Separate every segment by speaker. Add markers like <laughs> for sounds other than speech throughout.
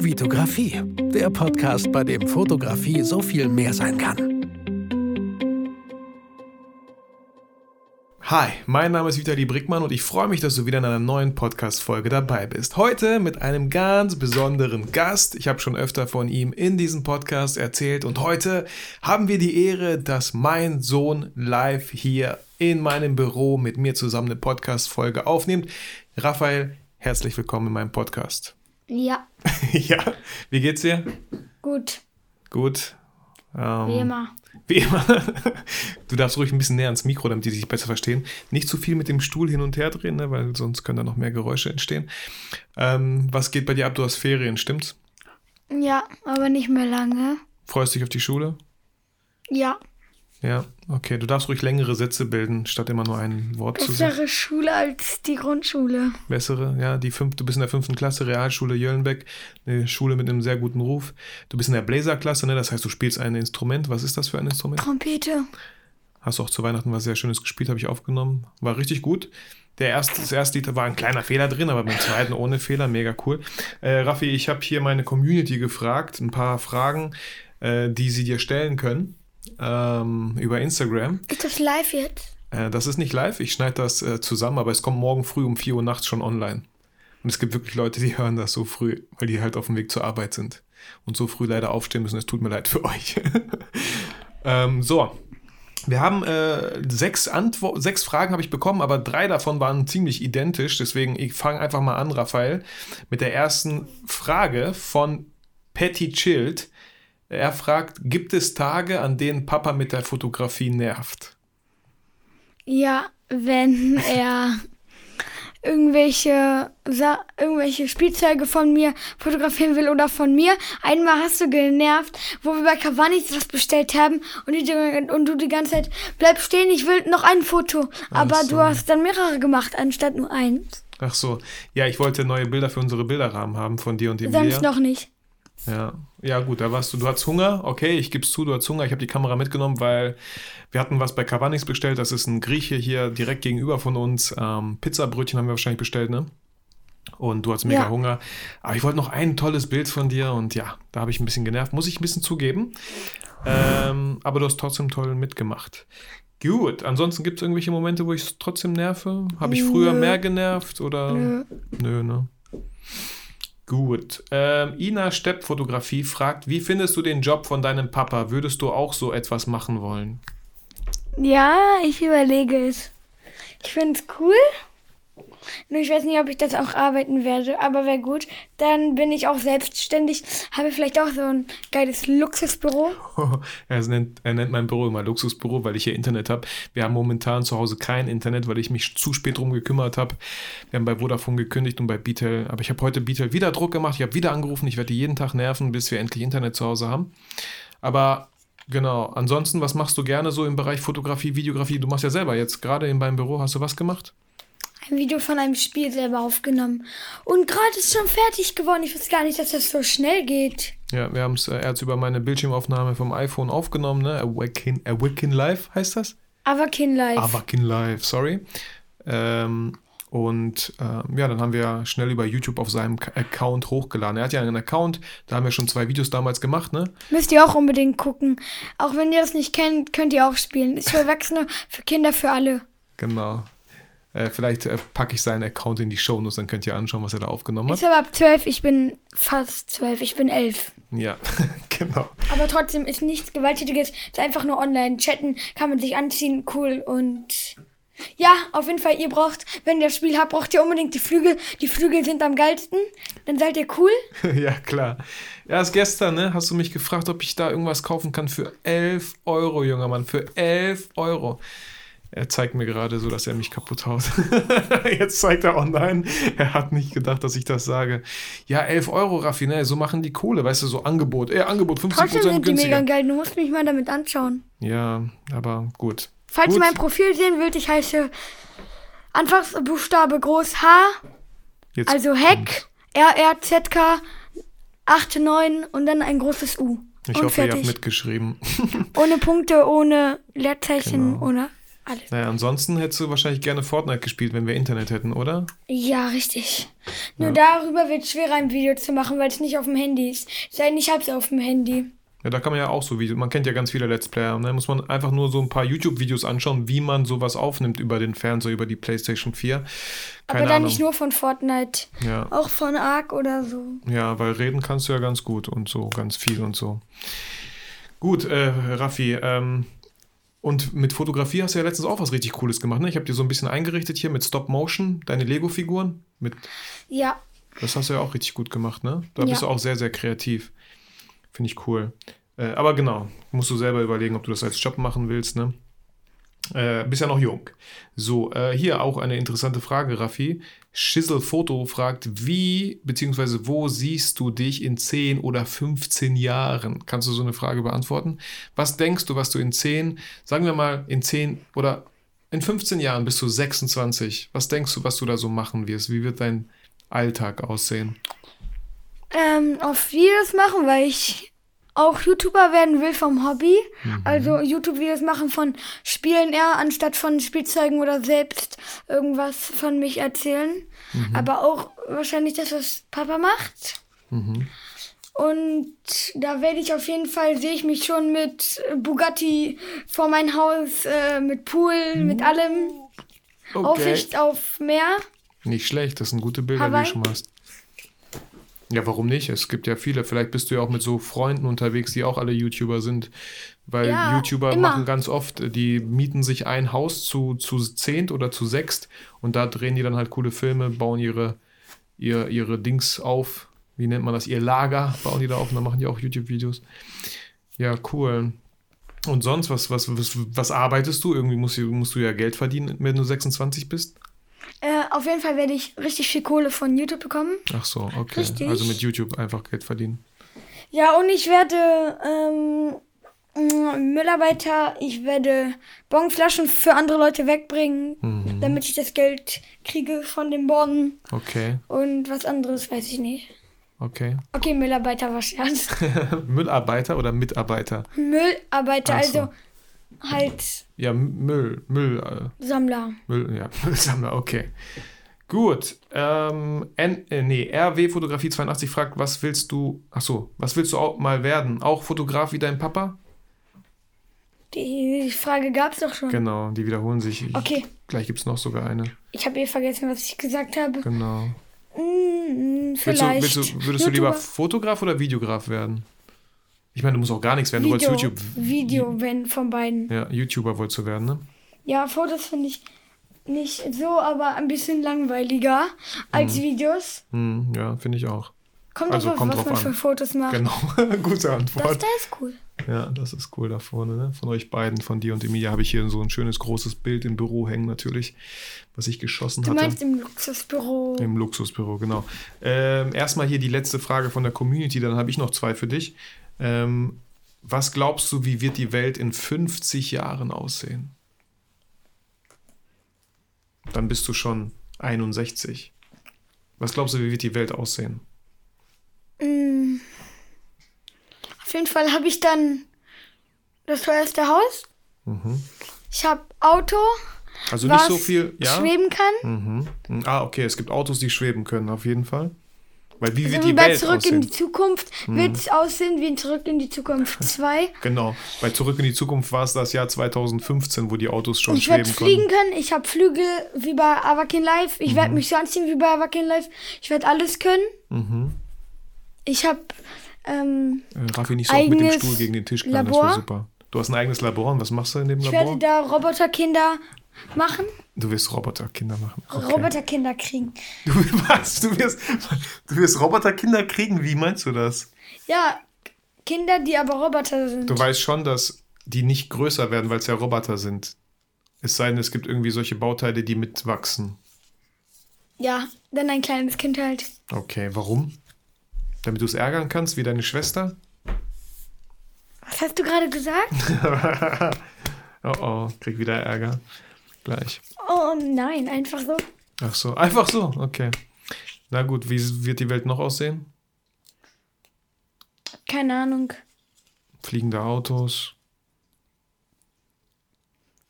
Speaker 1: Vitografie, der Podcast, bei dem Fotografie so viel mehr sein kann.
Speaker 2: Hi, mein Name ist Vitali Brickmann und ich freue mich, dass du wieder in einer neuen Podcast-Folge dabei bist. Heute mit einem ganz besonderen Gast. Ich habe schon öfter von ihm in diesem Podcast erzählt und heute haben wir die Ehre, dass mein Sohn live hier in meinem Büro mit mir zusammen eine Podcast-Folge aufnimmt. Raphael, herzlich willkommen in meinem Podcast.
Speaker 3: Ja,
Speaker 2: ja, wie geht's dir?
Speaker 3: gut,
Speaker 2: Gut. Ähm,
Speaker 3: wie immer.
Speaker 2: Wie immer. <laughs> Du darfst ruhig ein bisschen näher ans Mikro, damit die sich besser verstehen. Nicht zu viel mit dem Stuhl hin und her drehen, ne, weil sonst können da noch mehr Geräusche entstehen. Ähm, was geht bei dir ab? Du hast Ferien, stimmt's?
Speaker 3: Ja, aber nicht mehr lange.
Speaker 2: Freust dich auf die Schule?
Speaker 3: Ja,
Speaker 2: Ja, okay. Du darfst ruhig längere Sätze bilden, statt immer nur ein Wort zu sagen.
Speaker 3: bessere Schule als die Grundschule.
Speaker 2: Bessere, ja. Die fünf, du bist in der fünften Klasse, Realschule Jöllenbeck, eine Schule mit einem sehr guten Ruf. Du bist in der Bläserklasse, ne? das heißt, du spielst ein Instrument. Was ist das für ein Instrument?
Speaker 3: Trompete.
Speaker 2: Hast auch zu Weihnachten was sehr Schönes gespielt, habe ich aufgenommen. War richtig gut. Der erste, das erste Lied war ein kleiner Fehler drin, aber beim zweiten ohne Fehler, mega cool. Äh, Raffi, ich habe hier meine Community gefragt, ein paar Fragen, äh, die sie dir stellen können ähm, über Instagram.
Speaker 3: Ist das live jetzt?
Speaker 2: Äh, das ist nicht live, ich schneide das äh, zusammen, aber es kommt morgen früh um 4 Uhr nachts schon online. Und es gibt wirklich Leute, die <laughs> hören das so früh, weil die halt auf dem Weg zur Arbeit sind und so früh leider aufstehen müssen. Es tut mir leid für <laughs> euch. ähm, so. Wir haben äh, sechs, Antwo sechs Fragen habe ich bekommen, aber drei davon waren ziemlich identisch. Deswegen, ich fange einfach mal an, Raphael, mit der ersten Frage von Patty Child. Er fragt, gibt es Tage, an denen Papa mit der Fotografie nervt?
Speaker 3: Ja,
Speaker 2: <laughs>
Speaker 3: wenn er irgendwelche, Sa irgendwelche Spielzeuge von mir fotografieren will oder von mir. Einmal hast du genervt, wo wir bei Cavani was bestellt haben und, die, und du die ganze Zeit bleib stehen, ich will noch ein Foto. Aber
Speaker 2: so.
Speaker 3: du hast dann mehrere gemacht, anstatt nur eins.
Speaker 2: Ach so, ja, ich wollte neue Bilder für unsere Bilderrahmen haben von dir und
Speaker 3: Sonst
Speaker 2: Emilia.
Speaker 3: noch nicht.
Speaker 2: Ja. ja, gut, da warst du. Du hattest Hunger, okay, ich gib's zu, du hattest Hunger. Ich habe die Kamera mitgenommen, weil wir hatten was bei Cavanis bestellt. Das ist ein Grieche hier direkt gegenüber von uns. Ähm, Pizzabrötchen haben wir wahrscheinlich bestellt, ne? Und du hattest mega
Speaker 3: Ja.
Speaker 2: Hunger. Aber ich wollte noch ein tolles Bild von dir und ja, da habe ich ein bisschen genervt. Muss ich ein bisschen zugeben. Ähm, aber du hast trotzdem toll mitgemacht. Gut, ansonsten gibt es irgendwelche Momente, wo ich trotzdem nerve? Habe ich früher
Speaker 3: Nö.
Speaker 2: mehr genervt oder?
Speaker 3: Nö.
Speaker 2: Nö, ne? Gut. Ähm, Ina Stepp Fotografie fragt, wie findest du den Job von deinem Papa? Würdest du auch so etwas machen wollen? <laughs>
Speaker 3: Ja, ich überlege es. Ich finde es cool. Nur ich weiß nicht, ob ich das auch arbeiten werde, aber wäre gut. Dann bin ich auch selbstständig, habe vielleicht auch so ein geiles Luxusbüro.
Speaker 2: er, nennt, er nennt mein Büro immer Luxusbüro, weil ich hier Internet habe. Wir haben momentan zu Hause kein Internet, weil ich mich zu spät drum gekümmert habe. Wir haben bei Vodafone gekündigt und bei Beatel. Aber ich habe heute Beatel wieder Druck gemacht. Ich habe wieder angerufen. Ich werde die jeden Tag nerven, bis wir endlich Internet zu Hause haben. Aber genau, ansonsten, was machst du gerne so im Bereich Fotografie, Videografie? Du machst ja selber jetzt gerade in meinem Büro. Hast du was gemacht?
Speaker 3: Ein Video von einem Spiel selber aufgenommen. Und gerade ist schon fertig geworden. Ich wusste gar nicht, dass das so schnell geht.
Speaker 2: Ja, wir haben es äh, erst über meine Bildschirmaufnahme vom iPhone aufgenommen, ne? Awaken, Awaken Live heißt das?
Speaker 3: Aber kein Live.
Speaker 2: Awaken Live, sorry. Ähm, und äh, ja, dann haben wir schnell über YouTube auf seinem Ka- Account hochgeladen. Er hat ja einen Account, da haben wir schon zwei Videos damals gemacht, ne?
Speaker 3: Müsst ihr auch unbedingt gucken. Auch wenn ihr das nicht kennt, könnt ihr auch spielen. Ist für Erwachsene, für Kinder, für alle.
Speaker 2: Genau. Äh, vielleicht äh, packe ich seinen Account in die Shownotes, dann könnt ihr anschauen, was er da aufgenommen
Speaker 3: Ist
Speaker 2: hat.
Speaker 3: aber ab 12, ich bin fast 12, ich bin 11.
Speaker 2: Ja, <laughs> genau.
Speaker 3: Aber trotzdem ist nichts Gewalttätiges. Ist einfach nur online. Chatten kann man sich anziehen. Cool. Und ja, auf jeden Fall, ihr braucht, wenn ihr das Spiel habt, braucht ihr unbedingt die Flügel. Die Flügel sind am geilsten. Dann seid ihr cool.
Speaker 2: <laughs> ja, klar. Erst gestern, ne, hast du mich gefragt, ob ich da irgendwas kaufen kann für 11 Euro, junger Mann, für 11 Euro. Er zeigt mir gerade so, dass er mich kaputt haut. <laughs> Jetzt zeigt er online. Er hat nicht gedacht, dass ich das sage. Ja, 11 Euro, Raffinell, so machen die Kohle, weißt du, so Angebot. Äh, Angebot, 50%
Speaker 3: Trotzdem sind die
Speaker 2: günstiger.
Speaker 3: mega geil. Du musst mich mal damit anschauen.
Speaker 2: ja, aber gut.
Speaker 3: Falls
Speaker 2: gut.
Speaker 3: ihr mein Profil sehen wollt, ich heiße Anfangsbuchstabe groß H,
Speaker 2: Jetzt
Speaker 3: also Heck, RRZK 89 und dann ein großes U.
Speaker 2: Ich
Speaker 3: und
Speaker 2: hoffe, ihr habt
Speaker 3: fertig.
Speaker 2: mitgeschrieben.
Speaker 3: Ohne Punkte, ohne Leerzeichen,
Speaker 2: Genau.
Speaker 3: ohne Alles.
Speaker 2: Naja, ansonsten hättest du wahrscheinlich gerne Fortnite gespielt, wenn wir Internet hätten, oder?
Speaker 3: Ja, richtig. Nur darüber wird es schwerer, ein Video zu machen, weil es nicht auf dem Handy ist. Sei denn, ich hab's auf dem Handy.
Speaker 2: Ja, da kann man ja auch so Videos, man kennt ja ganz viele Let's Player, ne? muss man einfach nur so ein paar YouTube-Videos anschauen, wie man sowas aufnimmt über den Fernseher, über die Playstation 4. Keine
Speaker 3: Aber dann
Speaker 2: Ahnung.
Speaker 3: nicht nur von Fortnite.
Speaker 2: ja.
Speaker 3: Auch von Ark oder so.
Speaker 2: ja, weil reden kannst du ja ganz gut und so, ganz viel und so. Gut, äh, Raffi, ähm, und mit Fotografie hast du ja letztens auch was richtig Cooles gemacht, ne? Ich habe dir so ein bisschen eingerichtet hier mit Stop Motion, deine Lego-Figuren. Mit,
Speaker 3: Ja.
Speaker 2: das hast du ja auch richtig gut gemacht, ne? Da
Speaker 3: Ja.
Speaker 2: bist du auch sehr, sehr kreativ. Finde ich cool. Äh, aber genau, musst du selber überlegen, ob du das als Job machen willst, ne? Äh, bist ja noch jung. So, äh, hier auch eine interessante Frage, Raffi. Schissel Foto fragt, wie bzw. wo siehst du dich in 10 oder 15 Jahren? Kannst du so eine Frage beantworten? Was denkst du, was du in 10, sagen wir mal in 10 oder in 15 Jahren bist du 26. Was denkst du, was du da so machen wirst? Wie wird dein Alltag aussehen?
Speaker 3: Ähm, auf Videos machen, weil ich auch YouTuber werden will vom Hobby. Also YouTube-Videos machen von Spielen eher, anstatt von Spielzeugen oder selbst irgendwas von mich erzählen. Aber auch wahrscheinlich das, was Papa macht. Und da werde ich auf jeden Fall, sehe ich mich schon mit Bugatti vor mein Haus, äh, mit Pool, mit allem. Aussicht auf Meer.
Speaker 2: Nicht schlecht, das sind gute Bilder,
Speaker 3: Hawaii?
Speaker 2: die du schon hast. Ja, warum nicht? Es gibt ja viele. Vielleicht bist du ja auch mit so Freunden unterwegs, die auch alle YouTuber sind. Weil
Speaker 3: Ja,
Speaker 2: YouTuber
Speaker 3: immer.
Speaker 2: machen ganz oft, die mieten sich ein Haus zu, zu zehnt oder zu sechst und da drehen die dann halt coole Filme, bauen ihre, ihr, ihre Dings auf. Wie nennt man das? Ihr Lager bauen die da auf und dann machen die auch YouTube-Videos. Ja, cool. Und sonst, was, was, was, was arbeitest du? Irgendwie musst du, musst du ja Geld verdienen, wenn du 26 bist.
Speaker 3: Äh, auf jeden Fall werde ich richtig viel Kohle von YouTube bekommen.
Speaker 2: Ach so, okay.
Speaker 3: Richtig.
Speaker 2: Also mit YouTube einfach Geld verdienen.
Speaker 3: Ja, und ich werde ähm, m, Müllarbeiter, ich werde Bonflaschen für andere Leute wegbringen,
Speaker 2: Mhm.
Speaker 3: damit ich das Geld kriege von den Bonnen
Speaker 2: Okay,
Speaker 3: und was anderes weiß ich nicht.
Speaker 2: okay.
Speaker 3: Okay, Müllarbeiter war Scherz.
Speaker 2: <laughs> Müllarbeiter oder Mitarbeiter?
Speaker 3: Müllarbeiter,
Speaker 2: Ach so.
Speaker 3: also halt
Speaker 2: Ja, M- Müll, Müll, äh,
Speaker 3: Sammler.
Speaker 2: Müll, ja, <laughs> Müllsammler, okay. Gut. Ähm, N, äh, nee, RW Fotografie 82 fragt, was willst du, ach so, was willst du auch mal werden? Auch Fotograf wie dein Papa?
Speaker 3: Die Frage gab's doch schon.
Speaker 2: Genau, die wiederholen sich. Ich-
Speaker 3: Okay.
Speaker 2: Gleich gibt es noch sogar eine.
Speaker 3: Ich habe eh vergessen, was ich gesagt habe.
Speaker 2: Genau.
Speaker 3: Mm, mm,
Speaker 2: Willst du, willst
Speaker 3: vielleicht.
Speaker 2: du, würdest du lieber
Speaker 3: YouTuber-
Speaker 2: Fotograf oder Videograf werden? Ich meine, du musst auch gar nichts werden. Du
Speaker 3: Video,
Speaker 2: wolltest YouTube.
Speaker 3: Video, wenn von beiden.
Speaker 2: Ja, YouTuber wolltest du werden, ne?
Speaker 3: Ja, Fotos finde ich nicht so, aber ein bisschen langweiliger als Videos.
Speaker 2: Hm, ja, finde ich auch.
Speaker 3: Kommt
Speaker 2: Mhm. Also,
Speaker 3: drauf, an,
Speaker 2: kommt
Speaker 3: was
Speaker 2: drauf
Speaker 3: man
Speaker 2: an.
Speaker 3: für Fotos macht.
Speaker 2: Genau, <laughs> gute
Speaker 3: Das
Speaker 2: Antwort.
Speaker 3: da ist cool.
Speaker 2: ja, das ist cool da vorne. Ne? Von euch beiden, von dir und Emilia, habe ich hier so ein schönes großes Bild im Büro hängen natürlich, was ich geschossen
Speaker 3: Du
Speaker 2: hatte.
Speaker 3: meinst im Luxusbüro.
Speaker 2: Im Luxusbüro, genau. Ähm, erstmal hier die letzte Frage von der Community, dann habe ich noch zwei für dich. Ähm, was glaubst du, wie wird die Welt in 50 Jahren aussehen? Dann bist du schon 61. Was glaubst du, wie wird die Welt aussehen?
Speaker 3: Mm. Auf jeden Fall habe ich dann das teuerste Haus. Ich habe Auto,
Speaker 2: Also
Speaker 3: was
Speaker 2: Mhm. nicht so viel. Ja?
Speaker 3: schweben kann.
Speaker 2: Mhm. Ah, okay, es gibt Autos, die schweben können, auf jeden Fall. Weil wie wird
Speaker 3: Sind wir
Speaker 2: die
Speaker 3: Also bei
Speaker 2: Welt
Speaker 3: Zurück in die
Speaker 2: aussehen? Mhm.
Speaker 3: Zukunft wird es aussehen wie in Zurück in die
Speaker 2: <laughs>
Speaker 3: Zukunft 2.
Speaker 2: Genau, bei Zurück in die Zukunft war es das Jahr 2015, wo die Autos schon
Speaker 3: Ich werde
Speaker 2: schweben
Speaker 3: fliegen
Speaker 2: konnten. Mhm.
Speaker 3: können, ich habe Flügel wie bei Avakin Live, ich werde mich so anziehen wie bei Avakin Live, ich werde alles können.
Speaker 2: Mhm.
Speaker 3: Ich habe, ähm,
Speaker 2: Äh, Raffi, nicht so oft mit dem
Speaker 3: Eigenes
Speaker 2: Stuhl gegen den Tisch knallen, das
Speaker 3: Labor.
Speaker 2: wäre super. Du hast ein eigenes Labor und was machst du in dem
Speaker 3: ich
Speaker 2: Labor?
Speaker 3: werde da Roboterkinder machen,
Speaker 2: Du wirst Roboterkinder machen. Okay.
Speaker 3: Roboterkinder kriegen.
Speaker 2: Du, was? Du wirst, du wirst Roboterkinder kriegen? Wie meinst du das?
Speaker 3: Ja, Kinder, die aber Roboter sind.
Speaker 2: Du weißt schon, dass die nicht größer werden, weil es ja Roboter sind. Es sei denn, es gibt irgendwie solche Bauteile, die mitwachsen.
Speaker 3: Ja, dann ein kleines Kind halt.
Speaker 2: Okay, warum? Damit du es ärgern kannst, wie deine Schwester?
Speaker 3: Was hast du gerade gesagt?
Speaker 2: Oh oh, krieg wieder Ärger. Gleich.
Speaker 3: Oh nein, einfach so.
Speaker 2: Ach so, <laughs> einfach so, okay. Na gut, wie wird die Welt noch aussehen?
Speaker 3: Keine Ahnung.
Speaker 2: Fliegende Autos,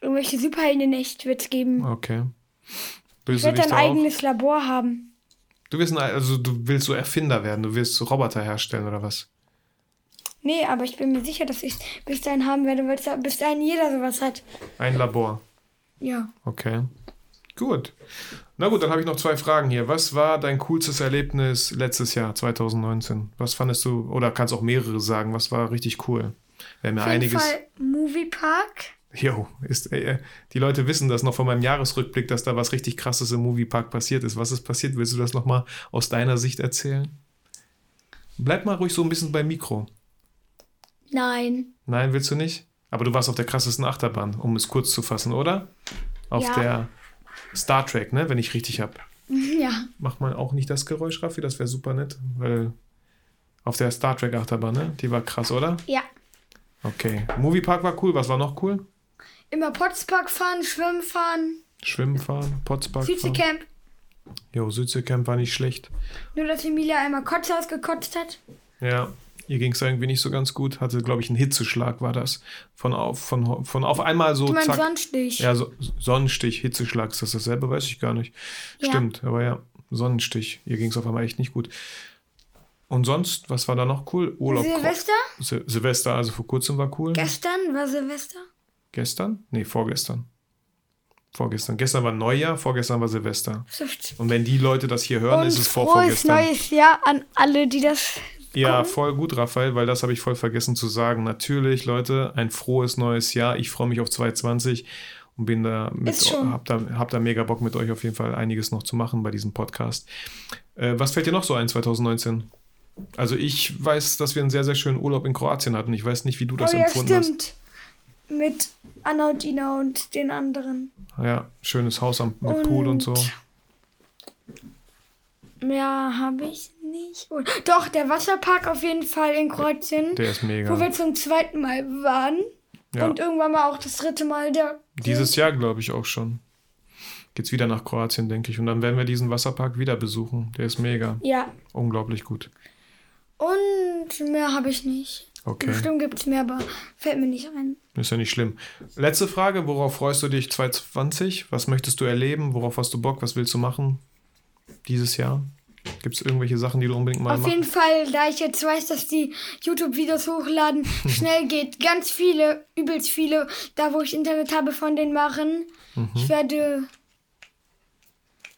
Speaker 3: irgendwelche Superhelden-Echt wird es geben.
Speaker 2: Okay.
Speaker 3: Ich
Speaker 2: Willst du
Speaker 3: werde
Speaker 2: dich
Speaker 3: ein
Speaker 2: da auch?
Speaker 3: eigenes Labor haben.
Speaker 2: Du wirst ein, also du willst so Erfinder werden, du willst so Roboter herstellen oder was?
Speaker 3: Nee, aber ich bin mir sicher, dass ich bis dahin haben werde, weil es da- bis dahin jeder sowas hat.
Speaker 2: Ein Labor.
Speaker 3: Ja.
Speaker 2: Okay. Gut. Na gut, dann habe ich noch zwei Fragen hier. Was war dein coolstes Erlebnis letztes Jahr, 2019? Was fandest du, oder kannst auch mehrere sagen, was war richtig cool? Wir haben ja
Speaker 3: Auf jeden
Speaker 2: einiges.
Speaker 3: Fall Moviepark.
Speaker 2: Jo, ist, äh, die Leute wissen das noch von meinem Jahresrückblick, dass da was richtig krasses im Moviepark passiert ist. Was ist passiert? Willst du das nochmal aus deiner Sicht erzählen? Bleib mal ruhig so ein bisschen beim Mikro.
Speaker 3: Nein.
Speaker 2: Nein, willst du nicht? Aber du warst auf der krassesten Achterbahn, um es kurz zu fassen, oder? Auf
Speaker 3: Ja.
Speaker 2: der Star Trek, ne? Wenn ich richtig hab.
Speaker 3: Ja.
Speaker 2: Mach mal auch nicht das Geräusch, Raffi, das wäre super nett, weil auf der Star Trek Achterbahn, ne? Die war krass, oder?
Speaker 3: Ja.
Speaker 2: Okay. Moviepark war cool. Was war noch cool?
Speaker 3: Immer Potspark fahren, Schwimmen fahren,
Speaker 2: Schwimmen fahren, Potspark fahren.
Speaker 3: Südseecamp.
Speaker 2: Jo, Südseecamp war nicht schlecht.
Speaker 3: Nur, dass Emilia einmal Kotze ausgekotzt hat.
Speaker 2: Ja, ihr ging es irgendwie nicht so ganz gut. Hatte, glaube ich, einen Hitzeschlag war das. Von auf, von, von auf einmal so
Speaker 3: Ich meine,
Speaker 2: zack.
Speaker 3: sonst nicht.
Speaker 2: ja, so, Sonnenstich, Hitzeschlag, ist das dasselbe? Weiß ich gar nicht.
Speaker 3: Ja.
Speaker 2: Stimmt, aber ja, Sonnenstich. Ihr ging es auf einmal echt nicht gut. Und sonst, was war da noch cool? Urlaub.
Speaker 3: Silvester?
Speaker 2: Sil Silvester, also vor kurzem war cool.
Speaker 3: Gestern war Silvester.
Speaker 2: Gestern? Nee, vorgestern. Vorgestern. Gestern war Neujahr, vorgestern war Silvester.
Speaker 3: Stimmt.
Speaker 2: Und wenn die Leute das hier hören,
Speaker 3: Und
Speaker 2: ist es vor
Speaker 3: frohes
Speaker 2: vorgestern.
Speaker 3: neues Jahr an alle, die das.
Speaker 2: Ja, voll gut, Raphael, weil das habe ich voll vergessen zu sagen. Natürlich, Leute, ein frohes neues Jahr. Ich freue mich auf 2020 und bin da mit,
Speaker 3: Ist schon.
Speaker 2: hab da, hab da mega Bock mit euch auf jeden Fall einiges noch zu machen bei diesem Podcast. Äh, was fällt dir noch so ein 2019? Also ich weiß, dass wir einen sehr, sehr schönen Urlaub in Kroatien hatten. Ich weiß nicht, wie du das
Speaker 3: oh ja,
Speaker 2: empfunden hast.
Speaker 3: stimmt. Mit Anna und Ina und den anderen.
Speaker 2: Ja, schönes Haus am mit Pool und so.
Speaker 3: Und- Mehr habe ich nicht. Oh, Doch, der Wasserpark auf jeden Fall in Kroatien,
Speaker 2: Der ist
Speaker 3: wo
Speaker 2: mega.
Speaker 3: wir zum zweiten Mal waren.
Speaker 2: Ja.
Speaker 3: Und irgendwann mal auch das dritte Mal der.
Speaker 2: Dieses Jahr, glaube ich, auch schon. Geht's wieder nach Kroatien, denke ich. Und dann werden wir diesen Wasserpark wieder besuchen. Der ist mega.
Speaker 3: Ja.
Speaker 2: Unglaublich gut.
Speaker 3: Und mehr habe ich nicht.
Speaker 2: Okay.
Speaker 3: Bestimmt gibt es mehr, aber fällt mir nicht ein.
Speaker 2: Ist ja nicht schlimm. Letzte Frage: Worauf freust du dich 2020? Was möchtest du erleben? Worauf hast du Bock? Was willst du machen dieses Jahr? Gibt es irgendwelche Sachen, die du unbedingt mal
Speaker 3: Auf
Speaker 2: machen?
Speaker 3: jeden Fall, da ich jetzt weiß, dass die
Speaker 2: <laughs>
Speaker 3: YouTube-Videos hochladen schnell geht, ganz viele, übelst viele, da wo ich Internet habe, von denen machen.
Speaker 2: Mhm.
Speaker 3: Ich werde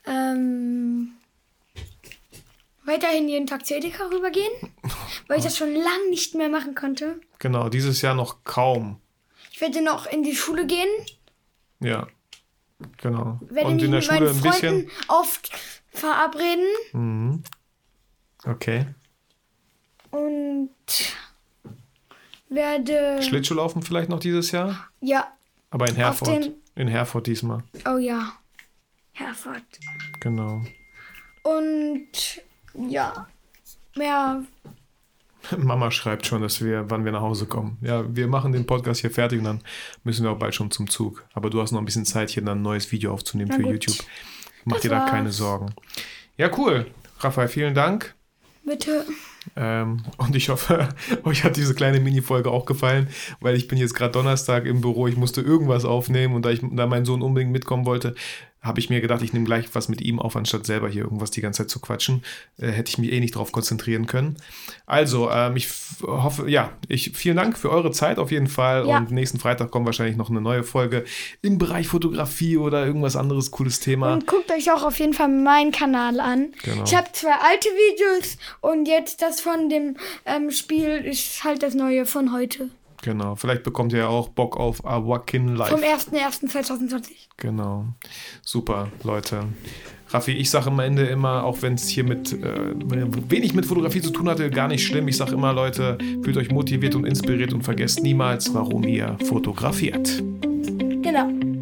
Speaker 3: ähm, weiterhin jeden Tag zu Edeka rübergehen, weil ich das schon lange nicht mehr machen konnte.
Speaker 2: Genau, dieses Jahr noch kaum.
Speaker 3: Ich werde noch in die Schule gehen,
Speaker 2: Ja. Genau.
Speaker 3: werde
Speaker 2: Und
Speaker 3: mich
Speaker 2: in der
Speaker 3: mit
Speaker 2: Schule
Speaker 3: meinen
Speaker 2: ein
Speaker 3: Freunden
Speaker 2: bisschen.
Speaker 3: oft verabreden
Speaker 2: Okay.
Speaker 3: und werde
Speaker 2: Schlittschuhlaufen vielleicht noch dieses Jahr?
Speaker 3: ja
Speaker 2: Aber in Herford.
Speaker 3: den-
Speaker 2: In Herford diesmal.
Speaker 3: Oh ja, Herford.
Speaker 2: Genau.
Speaker 3: Und ja, mehr.
Speaker 2: <laughs> Mama schreibt schon, dass wir, wann wir nach Hause kommen. Ja, wir machen den Podcast hier fertig und dann müssen wir auch bald schon zum Zug. Aber du hast noch ein bisschen Zeit, hier dann ein neues Video aufzunehmen
Speaker 3: Na
Speaker 2: für
Speaker 3: gut.
Speaker 2: YouTube. Mach
Speaker 3: Das
Speaker 2: dir da
Speaker 3: war's.
Speaker 2: keine Sorgen. Ja, cool. Raphael, vielen Dank.
Speaker 3: Bitte.
Speaker 2: Ähm, und ich hoffe, <laughs> euch hat diese kleine Mini-Folge auch gefallen, weil ich bin jetzt gerade Donnerstag im Büro, ich musste irgendwas aufnehmen und da, ich, da mein Sohn unbedingt mitkommen wollte, habe ich mir gedacht, ich nehme gleich was mit ihm auf, anstatt selber hier irgendwas die ganze Zeit zu quatschen. Äh, hätte ich mich eh nicht drauf konzentrieren können. Also, ähm, ich f- hoffe, ja, ich vielen Dank für eure Zeit auf jeden Fall
Speaker 3: Ja.
Speaker 2: und nächsten Freitag kommt wahrscheinlich noch eine neue Folge im Bereich Fotografie oder irgendwas anderes cooles Thema.
Speaker 3: Und guckt euch auch auf jeden Fall meinen Kanal an.
Speaker 2: Genau.
Speaker 3: Ich habe zwei alte Videos und jetzt das von dem ähm, Spiel ist halt das neue von heute.
Speaker 2: genau, vielleicht bekommt ihr ja auch Bock auf Awakin Live.
Speaker 3: Vom 1.1.2020.
Speaker 2: Genau. Super, Leute. Raffi, ich sage am Ende immer, auch wenn es hier mit äh, wenig mit Fotografie zu tun hatte, gar nicht schlimm. Ich sage immer, Leute, fühlt euch motiviert und inspiriert und vergesst niemals, warum ihr fotografiert.
Speaker 3: Genau.